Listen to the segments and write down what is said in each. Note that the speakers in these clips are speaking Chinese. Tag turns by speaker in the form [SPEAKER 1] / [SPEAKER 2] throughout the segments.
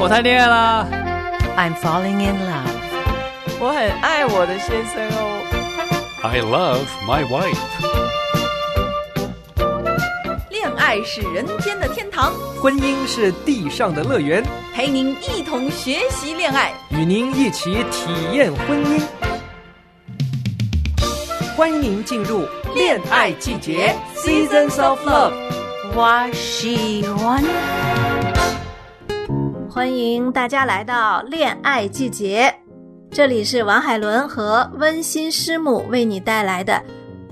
[SPEAKER 1] 我谈恋爱啦！
[SPEAKER 2] I'm falling in love。
[SPEAKER 3] 我很爱我的先生哦。
[SPEAKER 4] I love my wife.
[SPEAKER 5] 恋爱是人间的天堂，
[SPEAKER 1] 婚姻是地上的乐园，
[SPEAKER 5] 陪您一同学习恋爱。
[SPEAKER 1] 与您一起体验婚姻。欢迎进入恋爱季节
[SPEAKER 3] Seasons of Love，
[SPEAKER 2] 我喜欢。
[SPEAKER 6] 欢迎大家来到恋爱季节，这里是王海伦和温馨师母为你带来的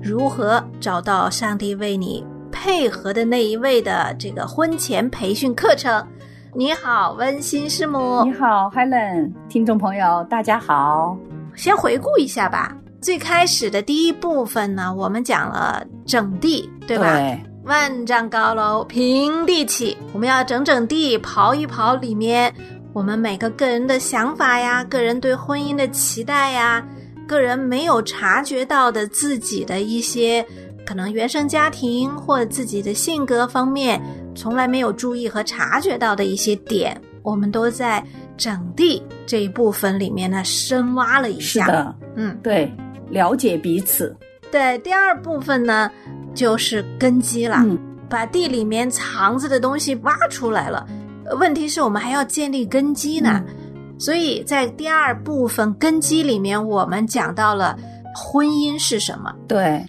[SPEAKER 6] 如何找到上帝为你配合的那一位的这个婚前培训课程。你好，温馨师母
[SPEAKER 7] 哦你，好，Helen，听众朋友，大家好。
[SPEAKER 6] 先回顾一下吧。最开始的第一部分呢，我们讲了整地，对吧？万丈高楼平地起，我们要整整地刨一刨里面我们每个个人的想法呀，个人对婚姻的期待呀，个人没有察觉到的自己的一些可能原生家庭或自己的性格方面从来没有注意和察觉到的一些点，我们都在整地这一部分里面呢深挖了一
[SPEAKER 7] 是
[SPEAKER 6] 下。
[SPEAKER 7] 的，
[SPEAKER 6] 嗯，
[SPEAKER 7] 对，了解彼此。
[SPEAKER 6] 对，第二部分呢就是根基了。
[SPEAKER 7] 嗯，
[SPEAKER 6] 把地里面藏着的东西挖出来了。呃问题是我们还要建立根基呢，
[SPEAKER 7] 嗯
[SPEAKER 6] 所以在第二部分根基里面，我们讲到了婚姻是什么。
[SPEAKER 7] 对，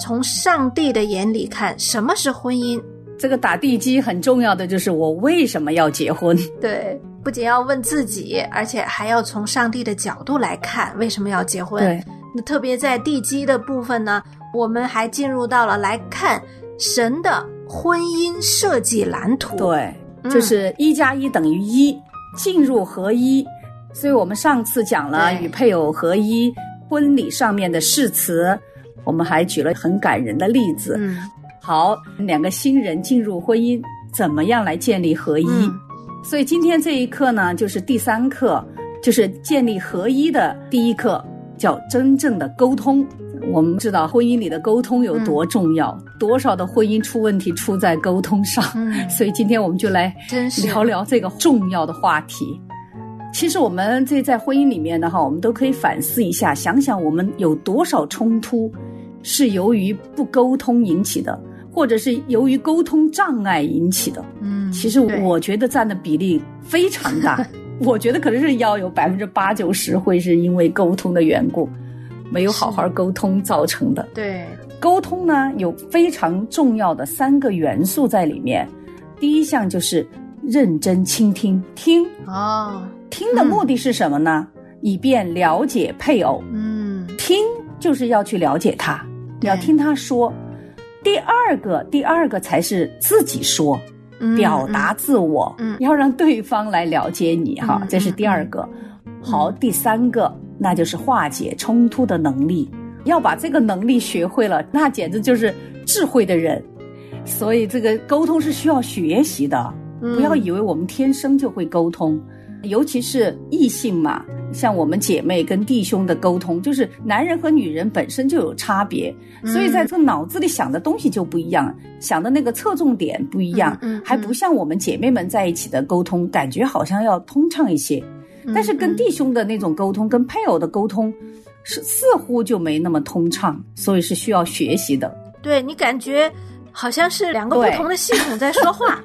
[SPEAKER 6] 从上帝的眼里看，什么是婚姻？
[SPEAKER 7] 这个打地基很重要的就是我为什么要结 婚？
[SPEAKER 6] 对，不仅要问自己，而且还要从上帝的角度来看，为什么要结婚？
[SPEAKER 7] 对，
[SPEAKER 6] 那特别在地基的部分呢，我们还进入到了来看神的婚姻设计蓝图。
[SPEAKER 7] 对，
[SPEAKER 6] 嗯
[SPEAKER 7] 就是一加一等于一，进入合一。所以我们上次讲了
[SPEAKER 6] 对
[SPEAKER 7] 与配偶合一，婚礼上面的誓词，我们还举了很感人的例子。
[SPEAKER 6] 嗯，
[SPEAKER 7] 好，两个新人进入婚姻，怎么样来建立合一？
[SPEAKER 6] 嗯
[SPEAKER 7] 所以今天这一课呢，就是第三课，就是建立合一的第一课，叫真正的沟通。我们知道婚姻里的沟通有多重要，多少的婚姻出问题出在沟通上。
[SPEAKER 6] 嗯
[SPEAKER 7] 所以今天我们就来
[SPEAKER 6] 真是
[SPEAKER 7] 聊聊这个重要的话题。其实我们这在婚姻里面的哈，我们都可以反思一下，想想我们有多少冲突是由于不沟通引起的，或者是由于沟通障碍引起的。
[SPEAKER 6] 嗯，
[SPEAKER 7] 其实
[SPEAKER 6] 对
[SPEAKER 7] 我觉得占的比例非常 大，我觉得可能是要有百分之八九十会是因为沟通的缘故，没有好好沟通造成的。
[SPEAKER 6] 对，
[SPEAKER 7] 沟通呢有非常重要的三个元素在里面，第一项就是认真倾听，听
[SPEAKER 6] 哦，
[SPEAKER 7] 听的目的是什么呢？以便了解配偶，
[SPEAKER 6] 嗯
[SPEAKER 7] 听就是要去了解他，
[SPEAKER 6] 对
[SPEAKER 7] 要听他说。第二个，第二个才是自己说，
[SPEAKER 6] 嗯，
[SPEAKER 7] 表达自我，
[SPEAKER 6] 嗯
[SPEAKER 7] 要让对方来了解你哈，
[SPEAKER 6] 嗯
[SPEAKER 7] 这是第二个。好，第三个那就是化解冲突的能力，要把这个能力学会了，那简直就是智慧的人。所以这个沟通是需要学习的，
[SPEAKER 6] 嗯
[SPEAKER 7] 不要以为我们天生就会沟通，尤其是异性嘛，像我们姐妹跟弟兄的沟通，就是男人和女人本身就有差别，
[SPEAKER 6] 嗯
[SPEAKER 7] 所以在这个脑子里想的东西就不一样，想的那个侧重点不一样，
[SPEAKER 6] 嗯嗯嗯
[SPEAKER 7] 还不像我们姐妹们在一起的沟通，感觉好像要通畅一些。
[SPEAKER 6] 嗯
[SPEAKER 7] 但是跟弟兄的那种沟通，跟配偶的沟通，是似乎就没那么通畅，所以是需要学习的。
[SPEAKER 6] 嗯对你感觉好像是两个不
[SPEAKER 7] 对
[SPEAKER 6] 同的系统在说话，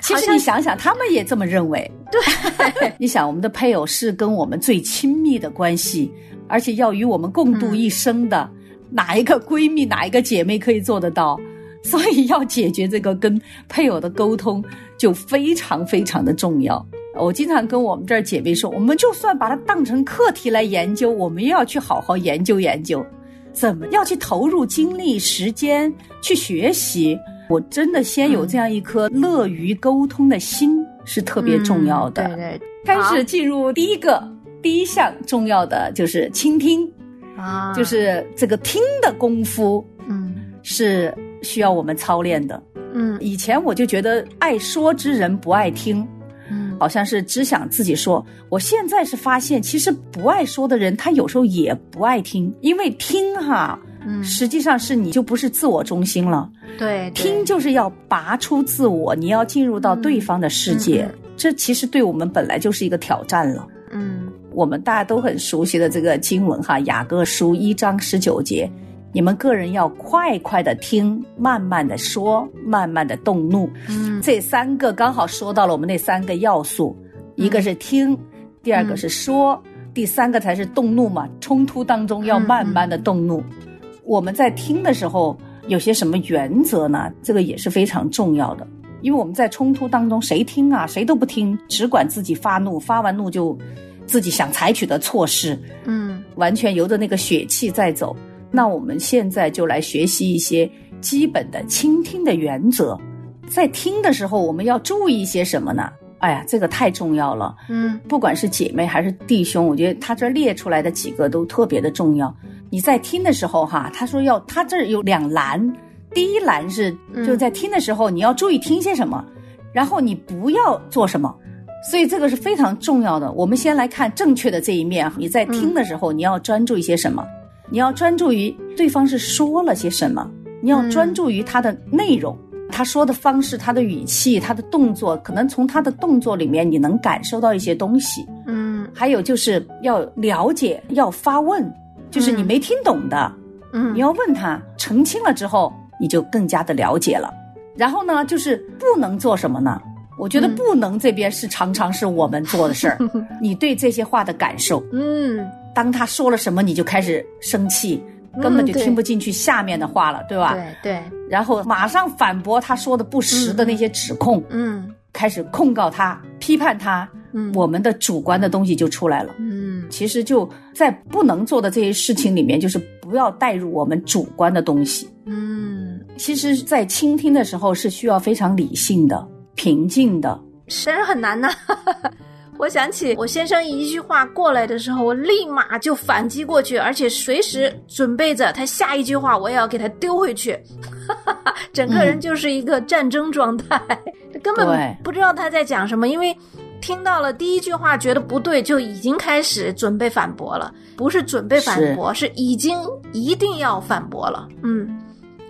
[SPEAKER 7] 其实你想想，他们也这么认 为。对，你想，我们的配偶是跟我们最亲密的关系，而且要与我们共
[SPEAKER 6] 嗯
[SPEAKER 7] 度一生的，哪一个闺蜜、哪一个姐妹可以做得到？所以要解决这个跟配偶的沟通，就非常非常的重要。我经常跟我们这儿姐妹说，我们就算把它当成课题来研究，我们也要去好好研究研究，怎么要去投入精力、时间去学习。我真的先有这样一颗乐于沟通的心是特别重要的。
[SPEAKER 6] 嗯对对
[SPEAKER 7] 开始进入第一个第一项重要的就是倾听，
[SPEAKER 6] 啊，
[SPEAKER 7] 就是这个听的功夫
[SPEAKER 6] 嗯
[SPEAKER 7] 是需要我们操练的。
[SPEAKER 6] 嗯
[SPEAKER 7] 以前我就觉得爱说之人不爱听，
[SPEAKER 6] 嗯
[SPEAKER 7] 好像是只想自己说。我现在是发现，其实不爱说的人，他有时候也不爱听，因为听哈，
[SPEAKER 6] 嗯，
[SPEAKER 7] 实际上是你就不是自我中心了。
[SPEAKER 6] 对，对
[SPEAKER 7] 听就是要拔出自我，你要进入到对方的世界。
[SPEAKER 6] 嗯
[SPEAKER 7] 这其实对我们本来就是一个挑战了。
[SPEAKER 6] 嗯
[SPEAKER 7] 我们大家都很熟悉的这个经文哈，《雅各书》一章十九节，你们个人要快快的听，慢慢的说，慢慢的动怒。
[SPEAKER 6] 嗯
[SPEAKER 7] 这三个刚好说到了我们那三个要素，一个是听，第二个是说，第三个才是动怒嘛。冲突当中要慢慢的动怒。我们在听的时候有些什么原则呢？这个也是非常重要的，因为我们在冲突当中谁听啊，谁都不听，只管自己发怒，发完怒就自己想采取的措施，
[SPEAKER 6] 嗯
[SPEAKER 7] 完全由着那个血气在走。那我们现在就来学习一些基本的倾听的原则。在听的时候，我们要注意一些什么呢？哎呀，这个太重要了。
[SPEAKER 6] 嗯
[SPEAKER 7] 不管是姐妹还是弟兄，我觉得他这列出来的几个都特别的重要。你在听的时候哈，他说要他这儿有两栏，第一栏是
[SPEAKER 6] 嗯
[SPEAKER 7] 就在听的时候你要注意听些什么，然后你不要做什么。所以这个是非常重要的。我们先来看正确的这一面，你在听的时候你要专注一些什么？你要专注于对方是说了些什么，你要
[SPEAKER 6] 嗯
[SPEAKER 7] 专注于他的内容。他说的方式、他的语气、他的动作，可能从他的动作里面你能感受到一些东西。
[SPEAKER 6] 嗯
[SPEAKER 7] 还有就是要了解，要发问，就是你
[SPEAKER 6] 嗯
[SPEAKER 7] 没听懂的，
[SPEAKER 6] 嗯，
[SPEAKER 7] 你要问他，澄清了之后，你就更加的了解了。然后呢，就是不能做什么呢？我觉得
[SPEAKER 6] 嗯
[SPEAKER 7] 不能这边是常常是我们做的 事儿。你对这些话的感受，
[SPEAKER 6] 嗯
[SPEAKER 7] 当他说了什么，你就开始生气，根本
[SPEAKER 6] 嗯
[SPEAKER 7] 就
[SPEAKER 6] 对
[SPEAKER 7] 听不进去下面的话了，对吧？
[SPEAKER 6] 对对
[SPEAKER 7] 然后马上反驳他说的不实的那些指控，
[SPEAKER 6] 嗯
[SPEAKER 7] 开始控告他、批判他，
[SPEAKER 6] 嗯
[SPEAKER 7] 我们的主观的东西就出来了。
[SPEAKER 6] 嗯
[SPEAKER 7] 其实就在不能做的这些事情里面，就是不要带入我们主观的东西。
[SPEAKER 6] 嗯
[SPEAKER 7] 其实，在倾听的时候是需要非常理性的、平静的。
[SPEAKER 6] 真是很难呐、 我想起我先生一句话过来的时候，我立马就反击过去，而且随时准备着他下一句话，我也要给他丢回去。 整个人就是一个战争状态，根本
[SPEAKER 7] 对
[SPEAKER 6] 不知道他在讲什么，因为听到了第一句话觉得不对，就已经开始准备反驳了。不是准备反驳，是已经一定要反驳了。嗯，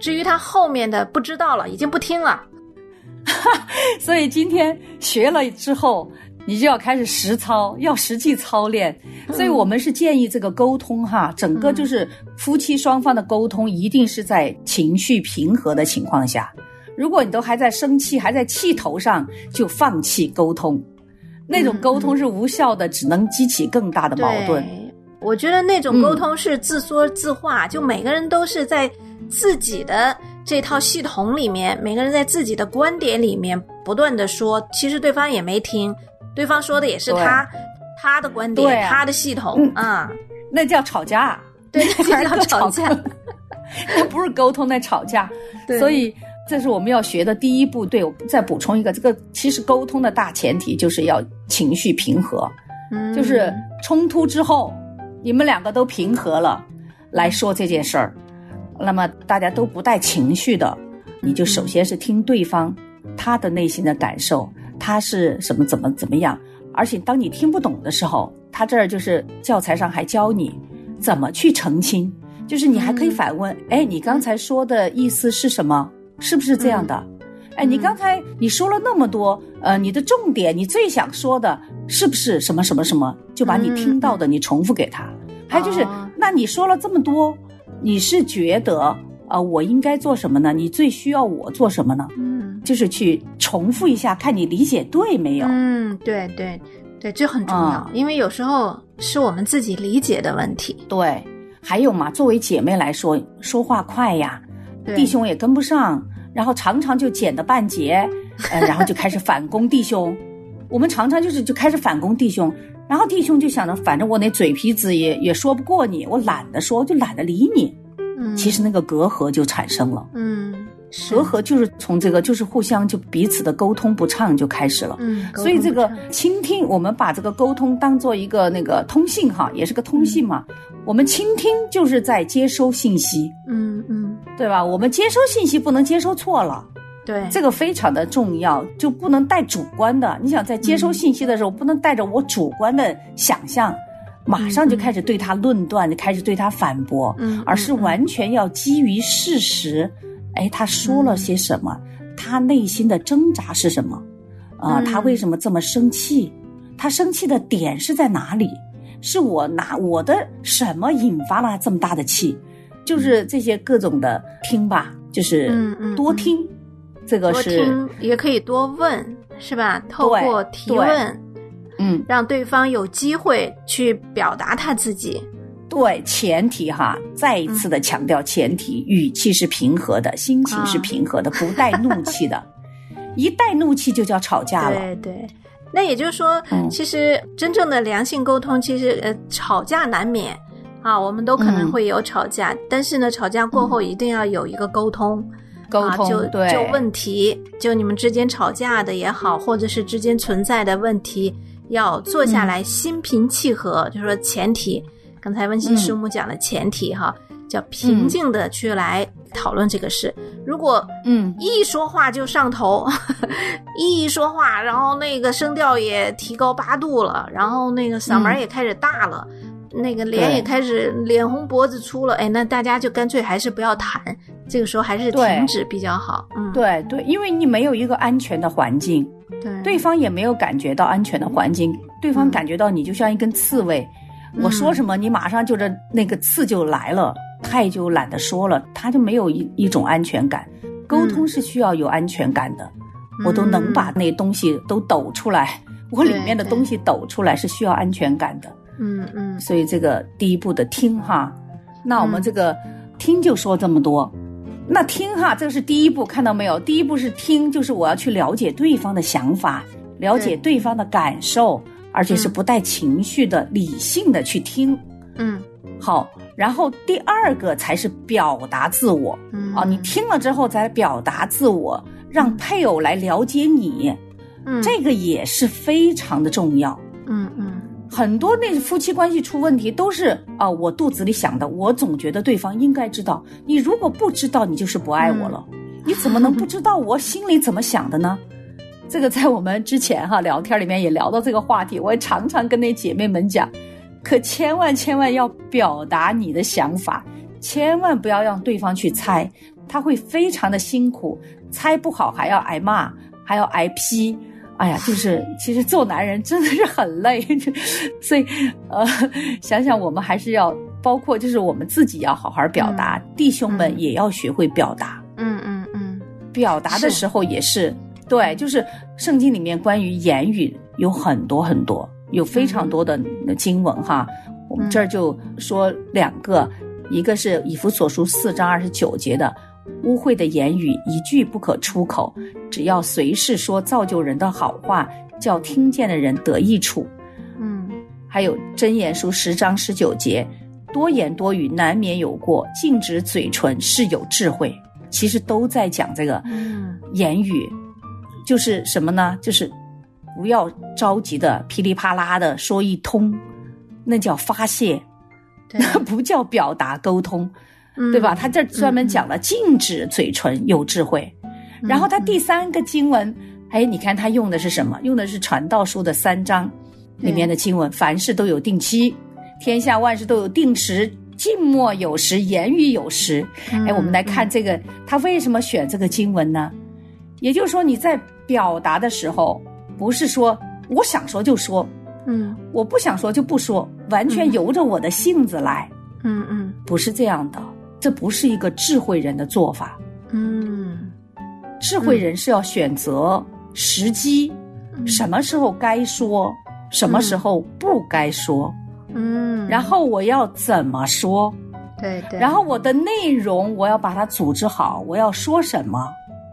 [SPEAKER 6] 至于他后面的不知道了，已经不听了。
[SPEAKER 7] 所以今天学了之后，你就要开始实操，要实际操练。所以我们是建议这个沟通哈，整个就是夫妻双方的沟通，一定是在情绪平和的情况下。如果你都还在生气，还在气头上，就放弃沟通，那种沟通是无效的，只能激起更大的矛盾。
[SPEAKER 6] 对，我觉得那种沟
[SPEAKER 7] 嗯
[SPEAKER 6] 通是自说自话，就每个人都是在自己的这套系统里面，每个人在自己的观点里面不断的说，其实对方也没听，对方说的也是
[SPEAKER 7] 对
[SPEAKER 6] 他他的观
[SPEAKER 7] 对
[SPEAKER 6] 点，
[SPEAKER 7] 啊
[SPEAKER 6] 他的系统
[SPEAKER 7] 嗯
[SPEAKER 6] 啊、
[SPEAKER 7] 那叫吵架，啊
[SPEAKER 6] 对
[SPEAKER 7] 那玩意
[SPEAKER 6] 那
[SPEAKER 7] 儿
[SPEAKER 6] 叫吵架，
[SPEAKER 7] 那不是沟通，那吵架。
[SPEAKER 6] 对
[SPEAKER 7] 所以这是我们要学的第一步。对，我再补充一个，这个其实沟通的大前提就是要情绪平和，
[SPEAKER 6] 嗯
[SPEAKER 7] 就是冲突之后你们两个都平和了来说这件事儿，那么大家都不带情绪的，你就首先是听对方他的内心的感受，他是什么怎么怎么样。而且当你听不懂的时候，他这儿就是教材上还教你怎么去澄清，就是你还可以反问：哎、你刚才说的意思是什么？是不是这样的？哎，
[SPEAKER 6] 嗯
[SPEAKER 7] 你刚才你说了那么多，呃，你的重点，你最想说的是不是什么什么什么？就把你听到的你重复给他。还有就是
[SPEAKER 6] 嗯哦，
[SPEAKER 7] 那你说了这么多，你是觉得啊、呃我应该做什么呢？你最需要我做什么呢？
[SPEAKER 6] 嗯
[SPEAKER 7] 就是去重复一下，看你理解对没有。
[SPEAKER 6] 嗯，对对对，这很重要，
[SPEAKER 7] 嗯
[SPEAKER 6] 因为有时候是我们自己理解的问题，
[SPEAKER 7] 对，还有嘛，作为姐妹来说，说话快呀，
[SPEAKER 6] 对
[SPEAKER 7] 弟兄也跟不上，然后常常就剪得半截， 呃，然后就开始反攻弟兄。我们常常就是就开始反攻弟兄，然后弟兄就想着，反正我那嘴皮子也也说不过你，我懒得说，我就懒得理你。
[SPEAKER 6] 嗯，
[SPEAKER 7] 其实那个隔阂就产生了，
[SPEAKER 6] 嗯是
[SPEAKER 7] 隔阂就是从这个就是互相就彼此的沟通不畅就开始了。
[SPEAKER 6] 嗯，沟
[SPEAKER 7] 所以
[SPEAKER 6] 通
[SPEAKER 7] 这
[SPEAKER 6] 不
[SPEAKER 7] 个
[SPEAKER 6] 畅
[SPEAKER 7] 倾听，我们把这个沟通当做一个那个通信哈，也是个通信嘛。我们倾听就是在接收信息，
[SPEAKER 6] 嗯嗯
[SPEAKER 7] 对吧？我们接收信息不能接收错了，
[SPEAKER 6] 对
[SPEAKER 7] 这个非常的重要，就不能带主观的。你想在接收信息的时候，不能带着我主观的想象，马上就开始对他论断，就开始对他反驳，
[SPEAKER 6] 嗯
[SPEAKER 7] 而是完全要基于事实。哎，他说了些什么？他内心的挣扎是什么？啊、
[SPEAKER 6] 嗯
[SPEAKER 7] 他为什么这么生气？他生气的点是在哪里？是我哪我的什么引发了他这么大的气？就是这些各种的听吧，就是
[SPEAKER 6] 嗯嗯
[SPEAKER 7] 多听，这个
[SPEAKER 6] 多
[SPEAKER 7] 是
[SPEAKER 6] 听也可以多问，是吧？透过提问，
[SPEAKER 7] 嗯
[SPEAKER 6] 让对方有机会去表达他自己。
[SPEAKER 7] 对前提哈，再一次的强调前提，语气是平和的，心情是平和的，不带怒气的，一带怒气就叫吵架了。
[SPEAKER 6] 对对。那也就是说，
[SPEAKER 7] 嗯
[SPEAKER 6] 其实真正的良性沟通，其实呃，吵架难免啊，我们都可能
[SPEAKER 7] 嗯
[SPEAKER 6] 会有吵架，但是呢，吵架过后一定要有一个沟通。
[SPEAKER 7] 沟
[SPEAKER 6] 啊、
[SPEAKER 7] 通、
[SPEAKER 6] 就
[SPEAKER 7] 对
[SPEAKER 6] 就问题，就你们之间吵架的也好，或者是之间存在的问题，要坐下
[SPEAKER 7] 嗯
[SPEAKER 6] 来心平气和，就是说前提，刚才温
[SPEAKER 7] 嗯
[SPEAKER 6] 馨师母讲的前提哈，叫平静的去来讨论这个事。如果
[SPEAKER 7] 嗯
[SPEAKER 6] 一说话就上头， 一说话，然后那个声调也提高八度了，然后那个嗓门儿
[SPEAKER 7] 嗯
[SPEAKER 6] 也开始大了。那个脸
[SPEAKER 7] 对
[SPEAKER 6] 也开始脸红脖子粗了，哎，那大家就干脆还是不要谈，这个时候还是
[SPEAKER 7] 对
[SPEAKER 6] 停止比较好。嗯，
[SPEAKER 7] 对对，因为你没有一个安全的环境，
[SPEAKER 6] 对
[SPEAKER 7] 对方也没有感觉到安全的环境，对方
[SPEAKER 6] 嗯
[SPEAKER 7] 感觉到你就像一根刺猬，我说什么你马上就这那个刺就来了，他也就懒得说了，他就没有一一种安全感。沟通是需要有安全感的，
[SPEAKER 6] 嗯
[SPEAKER 7] 我都能把那东西都抖出来，我里
[SPEAKER 6] 对
[SPEAKER 7] 面的
[SPEAKER 6] 嗯对
[SPEAKER 7] 东西抖出来是需要安全感的。
[SPEAKER 6] 嗯嗯
[SPEAKER 7] 所以这个第一步的听哈，那我们这个听就说这么多。那听哈，这个是第一步，看到没有？第一步是听，就是我要去了解对方的想法，了解对方的感受，而且是不带情绪的、理性的去听。
[SPEAKER 6] 嗯
[SPEAKER 7] 好，然后第二个才是表达自我
[SPEAKER 6] 嗯
[SPEAKER 7] 啊，你听了之后再表达自我，让配偶来了解你，
[SPEAKER 6] 嗯
[SPEAKER 7] 这个也是非常的重要。
[SPEAKER 6] 嗯嗯
[SPEAKER 7] 很多那夫妻关系出问题都是啊、我肚子里想的，我总觉得对方应该知道。你如果不知道，你就是不爱我了。你怎么能不知道我心里怎么想的呢？这个在我们之前哈聊天里面也聊到这个话题，我也常常跟那姐妹们讲，可千万千万要表达你的想法，千万不要让对方去猜，他会非常的辛苦，猜不好还要挨骂，还要挨批。哎呀，就是其实做男人真的是很累， 所以呃，想想我们还是要包括就是我们自己要好好表达，弟兄们也要学会表达。
[SPEAKER 6] 嗯嗯嗯
[SPEAKER 7] 表达的
[SPEAKER 6] 是
[SPEAKER 7] 时候也是对，就是圣经里面关于言语有很多很多，有非常多的经文哈。我们这儿就说两个，一个是以弗所书四章二十九节的。污秽的言语一句不可出口，只要随时说造就人的好话，叫听见的人得益处。
[SPEAKER 6] 嗯
[SPEAKER 7] 还有《真言书》十章十九节，多言多语难免有过，禁止嘴唇是有智慧。其实都在讲这个
[SPEAKER 6] 嗯
[SPEAKER 7] 言语，就是什么呢？就是不要着急的噼里啪啦的说一通，那叫发泄，
[SPEAKER 6] 对
[SPEAKER 7] 那不叫表达沟通，
[SPEAKER 6] 嗯
[SPEAKER 7] 对吧？他这儿专门讲了禁止嘴唇有智慧。然
[SPEAKER 6] 嗯
[SPEAKER 7] 后他第三个经文，哎，你看他用的是什么？用的是《传道书》的三章
[SPEAKER 6] 对
[SPEAKER 7] 里面的经文，凡事都有定期，天下万事都有定时。静默有时，言语有时。
[SPEAKER 6] 嗯
[SPEAKER 7] 哎，我们来看这个，他为什么选这个经文呢？也就是说，你在表达的时候，不是说我想说就说，
[SPEAKER 6] 嗯
[SPEAKER 7] 我不想说就不说，完全由着我的性子来，
[SPEAKER 6] 嗯嗯
[SPEAKER 7] 不是这样的。这不是一个智慧人的做法。
[SPEAKER 6] 嗯
[SPEAKER 7] 智慧人是要选择时机，
[SPEAKER 6] 嗯
[SPEAKER 7] 什么时候该说，什么时候不该说，
[SPEAKER 6] 嗯，
[SPEAKER 7] 然后我要怎么说，
[SPEAKER 6] 对对，
[SPEAKER 7] 然后我的内容我要把它组织好，我要说什么，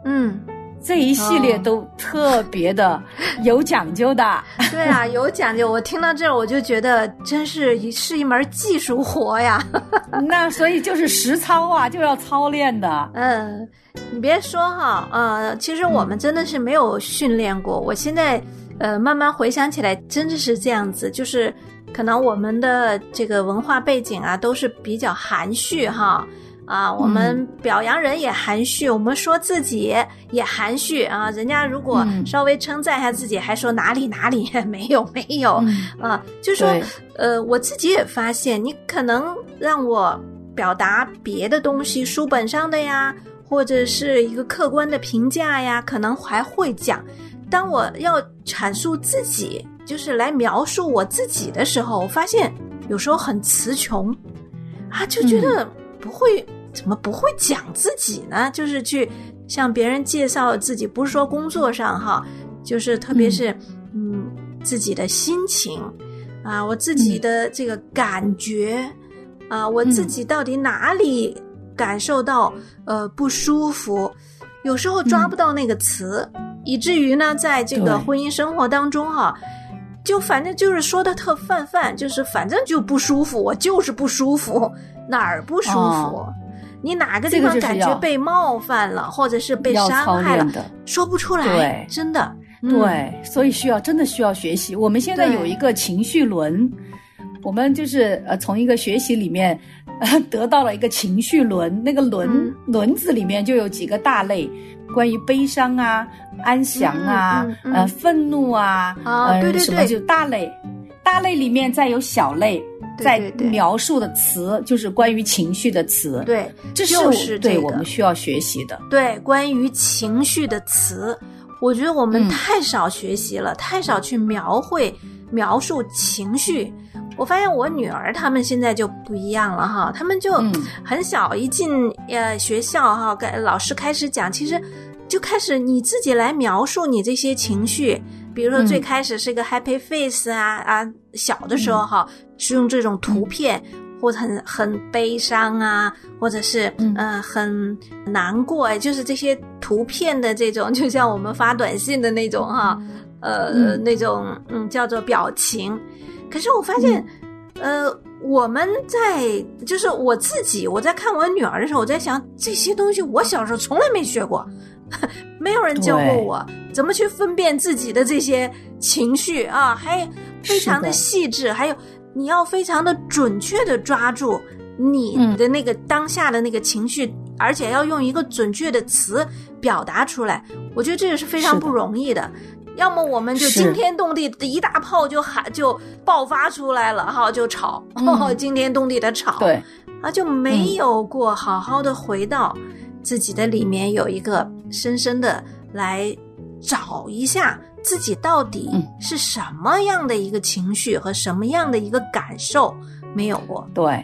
[SPEAKER 6] 嗯
[SPEAKER 7] 这一系列
[SPEAKER 6] 哦
[SPEAKER 7] 都特别的有讲究 的。
[SPEAKER 6] 对啊，有讲究。我听到这儿我就觉得真是一是一门技术活呀。
[SPEAKER 7] 那所以就是实操啊，就要操练的。
[SPEAKER 6] 嗯，你别说哈，呃，其实我们真的是没有训练过。我现在呃，慢慢回想起来，真的是这样子，就是可能我们的这个文化背景啊，都是比较含蓄哈。啊，我们表扬人也含蓄，我们说自己也含蓄啊。人家如果
[SPEAKER 7] 嗯
[SPEAKER 6] 稍微称赞一下自己，还说哪里哪里 没有没有，
[SPEAKER 7] 嗯，
[SPEAKER 6] 啊，就说
[SPEAKER 7] 对，
[SPEAKER 6] 呃，我自己也发现，你可能让我表达别的东西，书本上的呀，或者是一个客观的评价呀，可能还会讲。当我要阐述自己，就是来描述我自己的时候，我发现有时候很词穷啊，就觉得不会、怎么不会讲自己呢？就是去向别人介绍自己，不是说工作上哈，就是特别是嗯自己的心情啊，我自
[SPEAKER 7] 嗯
[SPEAKER 6] 己的这个感觉、啊，我自己到底哪里感受到呃不舒服？有时候抓不到那个词，以至于呢，在这
[SPEAKER 7] 嗯对
[SPEAKER 6] 个婚姻生活当中哈、就反正就是说的特泛泛，就是反正就不舒服，我就是不舒服，哪儿不舒服？
[SPEAKER 7] 哦
[SPEAKER 6] 你哪个地
[SPEAKER 7] 这个
[SPEAKER 6] 方
[SPEAKER 7] 就是
[SPEAKER 6] 感
[SPEAKER 7] 要
[SPEAKER 6] 觉被冒犯了，或者是被
[SPEAKER 7] 要
[SPEAKER 6] 伤
[SPEAKER 7] 操
[SPEAKER 6] 害了
[SPEAKER 7] 练，的，
[SPEAKER 6] 说不出来
[SPEAKER 7] 对，
[SPEAKER 6] 真的。嗯，
[SPEAKER 7] 对，所以需要真的需要学习。我们现在
[SPEAKER 6] 对
[SPEAKER 7] 有一个情绪轮，我们就是呃从一个学习里面、呃、得到了一个情绪轮，那个轮、
[SPEAKER 6] 嗯
[SPEAKER 7] 轮子里面就有几个大类，关于悲伤啊、安详啊、
[SPEAKER 6] 嗯嗯嗯
[SPEAKER 7] 呃愤怒啊，
[SPEAKER 6] 哦
[SPEAKER 7] 呃
[SPEAKER 6] 对对
[SPEAKER 7] 什么
[SPEAKER 6] 对
[SPEAKER 7] 就大类，大类里面再有小类。
[SPEAKER 6] 对
[SPEAKER 7] 再
[SPEAKER 6] 对对
[SPEAKER 7] 描述的词就是关于情绪的词，，
[SPEAKER 6] 对
[SPEAKER 7] 这是
[SPEAKER 6] 就
[SPEAKER 7] 我
[SPEAKER 6] 是
[SPEAKER 7] 对
[SPEAKER 6] 这
[SPEAKER 7] 我
[SPEAKER 6] 个
[SPEAKER 7] 们需要学习的。
[SPEAKER 6] 对，关于情绪的词，我觉得我们
[SPEAKER 7] 嗯
[SPEAKER 6] 太少学习了，太少去描绘描述情绪。我发现我女儿她们现在就不一样了哈，她们就
[SPEAKER 7] 嗯
[SPEAKER 6] 很小一进呃学校哈，跟老师开始讲，其实就开始你自己来描述你这些情绪。比如说
[SPEAKER 7] 嗯
[SPEAKER 6] 最开始是一个 happy face 啊、啊，小的时候哈
[SPEAKER 7] 嗯
[SPEAKER 6] 是用这种图片，或者很很悲伤啊，或者是
[SPEAKER 7] 嗯
[SPEAKER 6] 呃很难过，哎就是这些图片的这种，就像我们发短信的那种哈，呃、
[SPEAKER 7] 嗯
[SPEAKER 6] 那种嗯叫做表情。可是我发现，呃，我们在就是我自己，我在看我女儿的时候，我在想这些东西，我小时候从来没学过， 没有人教过
[SPEAKER 7] 对
[SPEAKER 6] 我怎么去分辨自己的这些情绪啊，还非常的
[SPEAKER 7] 是
[SPEAKER 6] 细致，还有你要非常的准确的抓住你
[SPEAKER 7] 嗯
[SPEAKER 6] 的那个当下的那个情绪，而且要用一个准确的词表达出来。我觉得这个是非常
[SPEAKER 7] 是的
[SPEAKER 6] 不容易的。要么我们就是惊天动地的一大炮就喊就爆发出来了哈，就吵，
[SPEAKER 7] 嗯
[SPEAKER 6] 惊天动地的吵，
[SPEAKER 7] 对，
[SPEAKER 6] 啊，就没有过好好的回到自己的里面，有一个深深的来找一下自己到底
[SPEAKER 7] 嗯
[SPEAKER 6] 是什么样的一个情绪和什么样的一个感受没有过，
[SPEAKER 7] 对，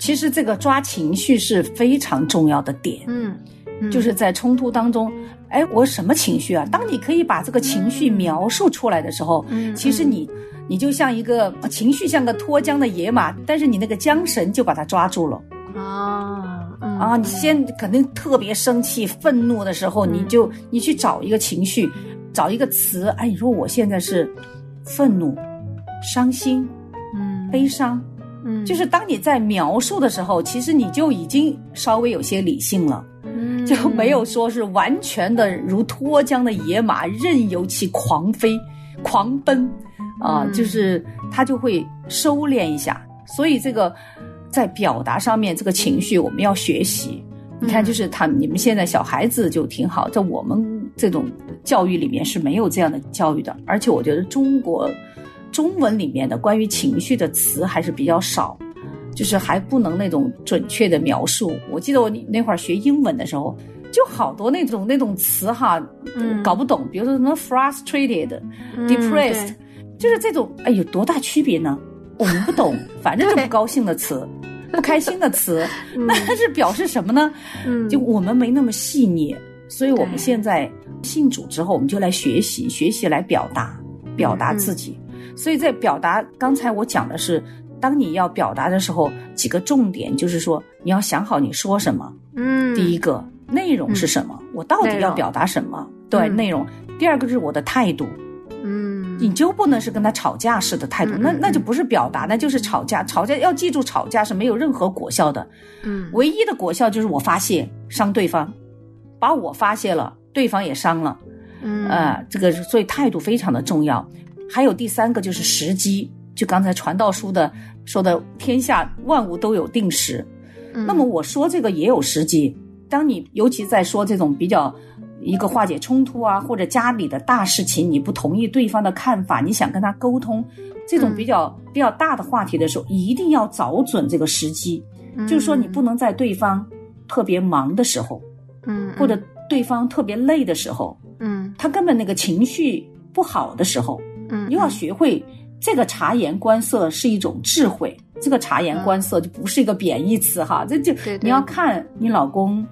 [SPEAKER 7] 其实这个抓情绪是非常重要的点，
[SPEAKER 6] 嗯，嗯
[SPEAKER 7] 就是在冲突当中，哎，我什么情绪啊？当你可以把这个情绪描述出来的时候，
[SPEAKER 6] 嗯
[SPEAKER 7] 其实你你就像一个情绪像个脱缰的野马，但是你那个缰绳就把它抓住了
[SPEAKER 6] 哦，嗯
[SPEAKER 7] 啊！你先肯定特别生气、愤怒的时候，
[SPEAKER 6] 嗯
[SPEAKER 7] 你就你去找一个情绪，找一个词，哎，你说我现在是愤怒、伤心、
[SPEAKER 6] 嗯
[SPEAKER 7] 悲伤。
[SPEAKER 6] 嗯
[SPEAKER 7] 就是当你在描述的时候，其实你就已经稍微有些理性了，
[SPEAKER 6] 嗯
[SPEAKER 7] 就没有说是完全的如脱缰的野马，任由其狂飞、狂奔啊、
[SPEAKER 6] 嗯
[SPEAKER 7] 就是它就会收敛一下。所以这个在表达上面，这个情绪我们要学习。你看，
[SPEAKER 6] 嗯
[SPEAKER 7] 就是他你们现在小孩子就挺好，在我们这种教育里面是没有这样的教育的，而且我觉得中国中文里面的关于情绪的词还是比较少，就是还不能那种准确的描述。我记得我那会儿学英文的时候，就好多那种那种词哈，
[SPEAKER 6] 嗯
[SPEAKER 7] 搞不懂，比如说什么 frustrated、
[SPEAKER 6] 嗯
[SPEAKER 7] depressed，就是这种，哎，有多大区别呢？我们不懂，反正就不高兴的词，不开心的 词，那 是表示什么呢？
[SPEAKER 6] 嗯
[SPEAKER 7] 就我们没那么细腻，所以我
[SPEAKER 6] 对
[SPEAKER 7] 们现在信主之后，我们就来学习，学习来表达，表达自己。嗯所以在表达，刚才我讲的是，当你要表达的时候，几个重点就是说，你要想好你说什么。嗯
[SPEAKER 6] 嗯
[SPEAKER 7] 第一个，内容是什么？我到
[SPEAKER 6] 内
[SPEAKER 7] 底要
[SPEAKER 6] 容
[SPEAKER 7] 表达什么？对，
[SPEAKER 6] 嗯
[SPEAKER 7] 内容。第二个是我的态度，
[SPEAKER 6] 嗯
[SPEAKER 7] 你就不能是跟他吵架式的态度，
[SPEAKER 6] 嗯
[SPEAKER 7] 那
[SPEAKER 6] 嗯
[SPEAKER 7] 那就不是表达，那就是吵架。吵架要记住，吵架是没有任何果效的，
[SPEAKER 6] 嗯
[SPEAKER 7] 唯一的果效就是我发泄伤对方，把我发泄了，对方也伤了，
[SPEAKER 6] 嗯
[SPEAKER 7] 呃，这个是所以态度非常的重要。还有第三个就是时机，就刚才传道书的说的，天下万物都有定时。
[SPEAKER 6] 嗯
[SPEAKER 7] 那么我说这个也有时机，当你尤其在说这种比较一个化解冲突啊，或者家里的大事情，你不同意对方的看法，你想跟他沟通这种
[SPEAKER 6] 嗯
[SPEAKER 7] 比较、比较大的话题的时候，一定要找准这个时机，
[SPEAKER 6] 嗯
[SPEAKER 7] 就是说你不能在对方特别忙的时候，
[SPEAKER 6] 嗯嗯
[SPEAKER 7] 或者对方特别累的时候，
[SPEAKER 6] 嗯嗯
[SPEAKER 7] 他根本那个情绪不好的时候，
[SPEAKER 6] 嗯，
[SPEAKER 7] 你要学会这个察言观色是一种智慧。这个察言观色就不是一个贬义词哈，这就
[SPEAKER 6] 嗯对对
[SPEAKER 7] 你要看你老公，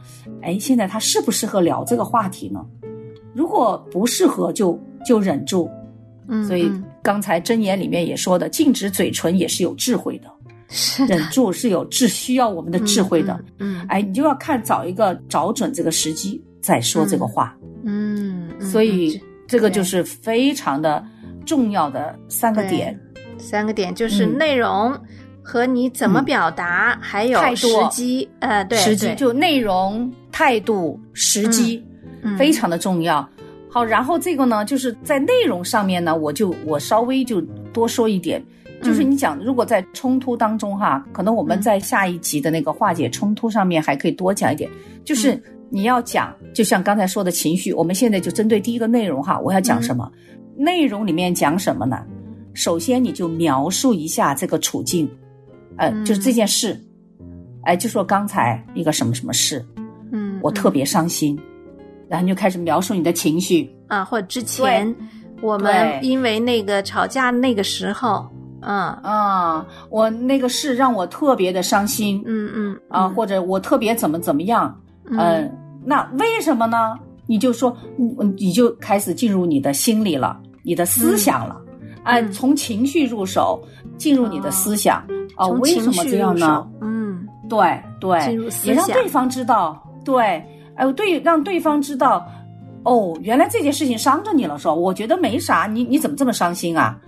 [SPEAKER 7] 哎，现在他适不适合聊这个话题呢？如果不适合就，就忍住。
[SPEAKER 6] 嗯，
[SPEAKER 7] 所以
[SPEAKER 6] 嗯
[SPEAKER 7] 刚才箴言里面也说的，禁止嘴唇也是有智慧的，
[SPEAKER 6] 是
[SPEAKER 7] 忍住是有智需要我们的智慧的。，
[SPEAKER 6] 嗯
[SPEAKER 7] 哎，你就要看找一个找准这个时机再说这个话。
[SPEAKER 6] 嗯，嗯
[SPEAKER 7] 所以
[SPEAKER 6] 嗯
[SPEAKER 7] 这个就是非常的重要的三个点。
[SPEAKER 6] 这三个点就是
[SPEAKER 7] 嗯
[SPEAKER 6] 内容和你怎么
[SPEAKER 7] 嗯
[SPEAKER 6] 表达，还有
[SPEAKER 7] 态
[SPEAKER 6] 时
[SPEAKER 7] 度
[SPEAKER 6] 机，呃，对，
[SPEAKER 7] 时机
[SPEAKER 6] 对
[SPEAKER 7] 就内容、态度、时机，
[SPEAKER 6] 嗯
[SPEAKER 7] 非常的重要。好，然后这个呢，就是在内容上面呢，我就我稍微就多说一点，就是你讲，如果在冲突当中哈，可能我们
[SPEAKER 6] 嗯
[SPEAKER 7] 在下一集的那个化解冲突上面还可以多讲一点，
[SPEAKER 6] 嗯
[SPEAKER 7] 就是你要讲，就像刚才说的情绪，我们现在就针对第一个内容哈，我要讲什么？
[SPEAKER 6] 嗯
[SPEAKER 7] 内容里面讲什么呢？首先你就描述一下这个处境，呃，
[SPEAKER 6] 嗯
[SPEAKER 7] 就是这件事，哎，就说刚才一个什么什么事，
[SPEAKER 6] 嗯，
[SPEAKER 7] 我
[SPEAKER 6] 嗯
[SPEAKER 7] 特别伤心，然后你就开始描述你的情绪，
[SPEAKER 6] 啊，或者之前我们
[SPEAKER 7] 对
[SPEAKER 6] 因为那个吵架那个时候，嗯
[SPEAKER 7] 啊，我那个事让我特别的伤心，
[SPEAKER 6] 嗯嗯
[SPEAKER 7] 啊，或者我特别怎么怎么样，
[SPEAKER 6] 嗯
[SPEAKER 7] 呃，那为什么呢？你就说，嗯你就开始进入你的心里了，你的思想了，哎，
[SPEAKER 6] 嗯
[SPEAKER 7] 从情绪入手，进入你的思想，啊，
[SPEAKER 6] 从
[SPEAKER 7] 为什
[SPEAKER 6] 情
[SPEAKER 7] 么
[SPEAKER 6] 绪
[SPEAKER 7] 这样
[SPEAKER 6] 入
[SPEAKER 7] 呢
[SPEAKER 6] 手？？嗯
[SPEAKER 7] 对对，
[SPEAKER 6] 进入思
[SPEAKER 7] 也让
[SPEAKER 6] 想
[SPEAKER 7] 对方知道，对，哎、对，让对方知道，哦，原来这件事情伤着你了，是吧？我觉得没啥，你你怎么这么伤心 啊？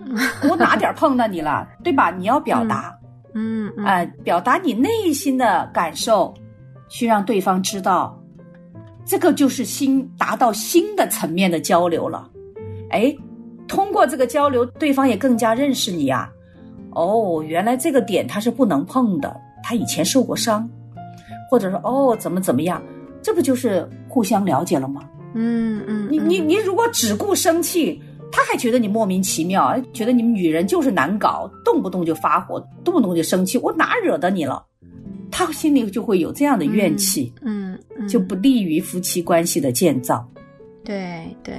[SPEAKER 7] 我哪点儿碰到你了，对吧？你要表达，
[SPEAKER 6] 嗯嗯
[SPEAKER 7] 哎，表达你内心的感受，去让对方知道，这个就是新达到新的层面的交流了。哎，通过这个交流，对方也更加认识你啊。哦，原来这个点他是不能碰的，他以前受过伤，或者说哦怎么怎么样，这不就是互相了解了吗？
[SPEAKER 6] 嗯嗯，
[SPEAKER 7] 你你
[SPEAKER 6] 嗯
[SPEAKER 7] 你如果只顾生气，他还觉得你莫名其妙，觉得你们女人就是难搞，动不动就发火，动不动就生气，我哪惹得你了？他心里就会有这样的怨气，
[SPEAKER 6] 嗯嗯
[SPEAKER 7] 就不利于夫妻关系的建造。
[SPEAKER 6] 对对，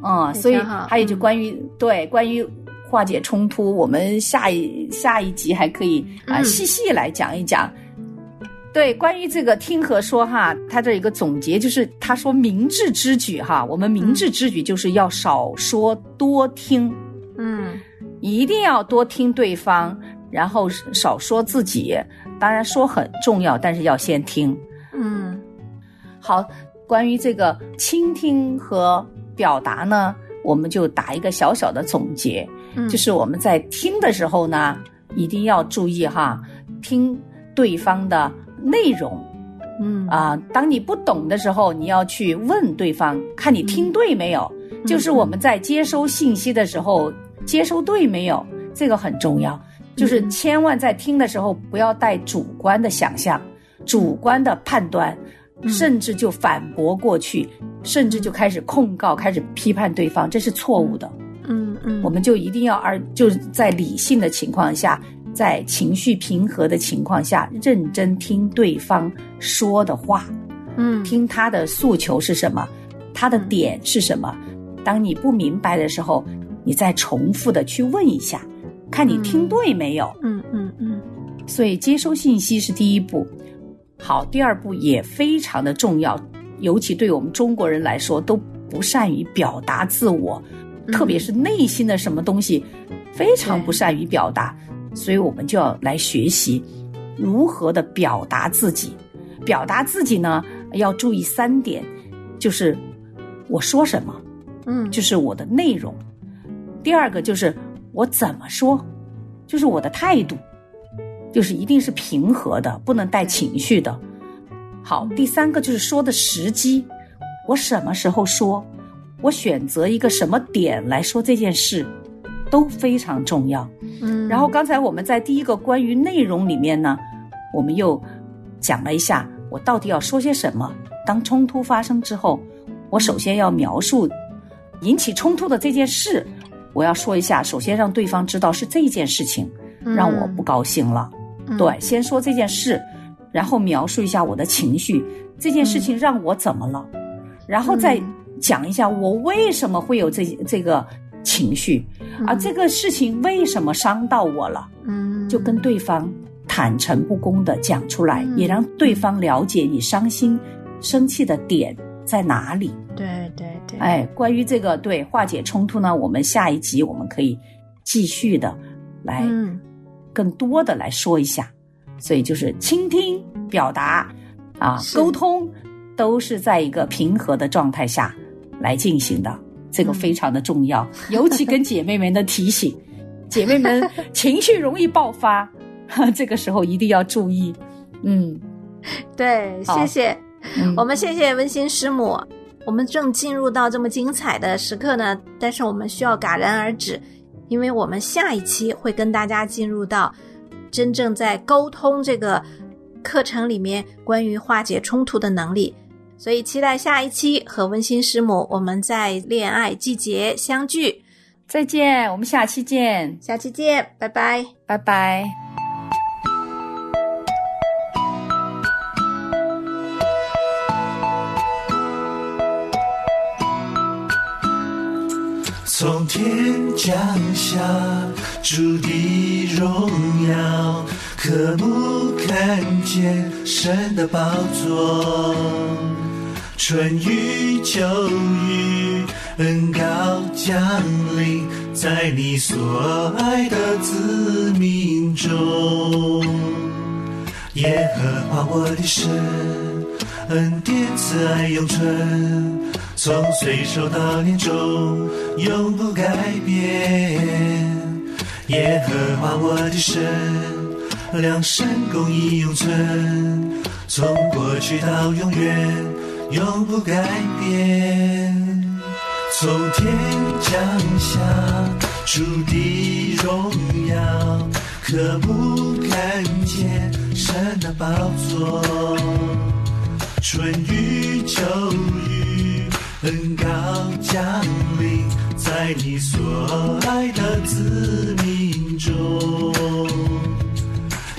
[SPEAKER 7] 啊、
[SPEAKER 6] 非
[SPEAKER 7] 所以
[SPEAKER 6] 常好
[SPEAKER 7] 还有就
[SPEAKER 6] 嗯
[SPEAKER 7] 关于、对关于化解冲突，我们下一下一集还可以啊、
[SPEAKER 6] 嗯
[SPEAKER 7] 细细来讲一讲。对，关于这个听和说哈，他这有一个总结就是他说明智之举哈，我们明智之举就是要少说多听，
[SPEAKER 6] 嗯
[SPEAKER 7] 一定要多听对方，然后少说自己。当然说很重要，但是要先听。
[SPEAKER 6] 嗯
[SPEAKER 7] 好，关于这个倾听和表达呢，我们就打一个小小的总结，
[SPEAKER 6] 嗯，
[SPEAKER 7] 就是我们在听的时候呢，一定要注意哈，听对方的内容
[SPEAKER 6] 嗯
[SPEAKER 7] 啊、当你不懂的时候，你要去问对方，看
[SPEAKER 6] 嗯
[SPEAKER 7] 你听对没有。就是我们在接收信息的时候，接收对没有，这个很重要。就是
[SPEAKER 6] 嗯
[SPEAKER 7] 千万在听的时候不要带主观的想象、主观的判断，
[SPEAKER 6] 嗯
[SPEAKER 7] 甚至就反驳过去，甚至就开始控告、开始批判对方，这是错误的。
[SPEAKER 6] 嗯嗯，
[SPEAKER 7] 我们就一定要而就是在理性的情况下，在情绪平和的情况下，认真听对方说的话。
[SPEAKER 6] 嗯
[SPEAKER 7] 听他的诉求是什么，他的点是什么。当你不明白的时候，你再重复的去问一下，看你听对没有。
[SPEAKER 6] 嗯嗯嗯
[SPEAKER 7] 所以接收信息是第一步，好，第二步也非常的重要，尤其对我们中国人来说，都不善于表达自我，
[SPEAKER 6] 嗯
[SPEAKER 7] 特别是内心的什么东西，非常
[SPEAKER 6] 对
[SPEAKER 7] 不善于表达，所以我们就要来学习如何的表达自己。表达自己呢，要注意三点，就是我说什么，
[SPEAKER 6] 嗯，
[SPEAKER 7] 就是我的内容；第二个就是我怎么说，就是我的态度，就是一定是平和的，不能带情绪的。好，第三个就是说的时机，我什么时候说，我选择一个什么点来说这件事，都非常重要。
[SPEAKER 6] 嗯，
[SPEAKER 7] 然后刚才我们在第一个关于内容里面呢，我们又讲了一下我到底要说些什么。当冲突发生之后，我首先要描述引起冲突的这件事，我要说一下，首先让对方知道是这件事情让我不高兴了。
[SPEAKER 6] 嗯
[SPEAKER 7] 对，，先说这件事，然后描述一下我的情绪，这件事情让我怎么了，然后再
[SPEAKER 6] 嗯
[SPEAKER 7] 讲一下我为什么会有这这个情绪啊，
[SPEAKER 6] 嗯
[SPEAKER 7] 这个事情为什么伤到我了，
[SPEAKER 6] 嗯，
[SPEAKER 7] 就跟对方坦诚不公的讲出来，
[SPEAKER 6] 嗯
[SPEAKER 7] 也让对方了解你伤心、生气的点在哪里。
[SPEAKER 6] 对对对，
[SPEAKER 7] 哎，关于这个对化解冲突呢，我们下一集我们可以继续的来
[SPEAKER 6] 嗯，
[SPEAKER 7] 更多的来说一下。所以就是倾听、表达啊、
[SPEAKER 6] 是
[SPEAKER 7] 沟通，都是在一个平和的状态下来进行的，这个非常的重要。尤其跟姐妹们的提 醒，姐妹们情绪容易爆发， 这个时候一定要注意。嗯，
[SPEAKER 6] 对，
[SPEAKER 7] 好
[SPEAKER 6] 谢谢。
[SPEAKER 7] 嗯
[SPEAKER 6] 我们谢谢温馨师母。我们正进入到这么精彩的时刻呢，但是我们需要戛然而止，因为我们下一期会跟大家进入到真正在沟通这个课程里面关于化解冲突的能力。所以期待下一期和温馨师母我们在恋爱季节相聚，
[SPEAKER 7] 再见，我们下期见，
[SPEAKER 6] 下期见，拜拜。
[SPEAKER 7] 拜拜。
[SPEAKER 8] 从天降下主的荣耀，渴慕看见神的宝座。春雨秋雨，恩膏降临在你所爱的子民中。耶和华我的神，恩典慈爱永存，从岁首到年终，永不改变。耶和华我的神，良善公义永存，从过去到永远，永不改变。从天降下主的荣耀，可不看见神的宝座。春雨秋雨，恩膏降临在你所爱的子民中。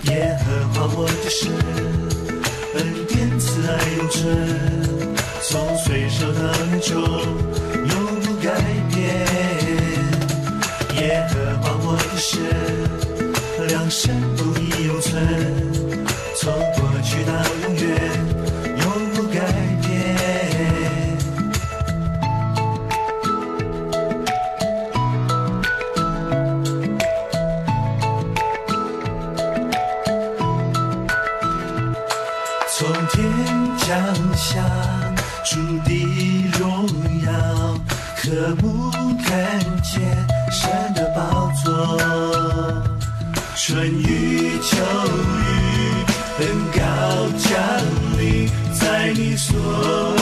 [SPEAKER 8] 耶和华我的神，恩典慈爱永存，从岁首到年终，永不改变。耶和华我的神，良善不义永存，从过去到永远，永不改变。从天降下主的荣耀，可不看见神的宝座。春雨秋雨，恩膏降临在你所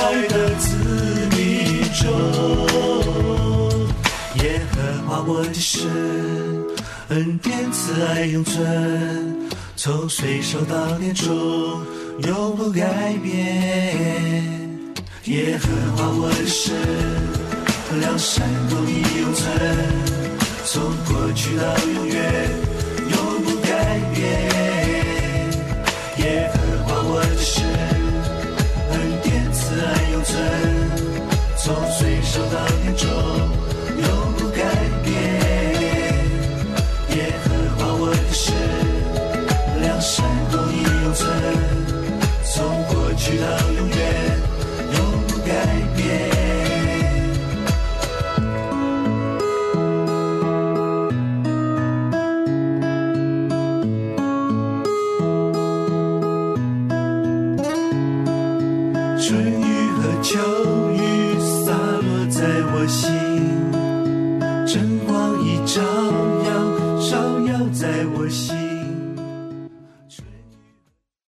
[SPEAKER 8] 爱的子民中。耶和华我的神，恩典慈爱永存，从岁首到年终，永不改变。耶和华我的神，良善公义永存，从过去到永远，永不改变。耶和华我的神，恩典慈爱永存。从岁首到年终，永不改变。耶和华我的神，良善公义永存，从过去到永远，永不改变。春雨和秋雨洒落在我心，真光已照耀，照耀在我心。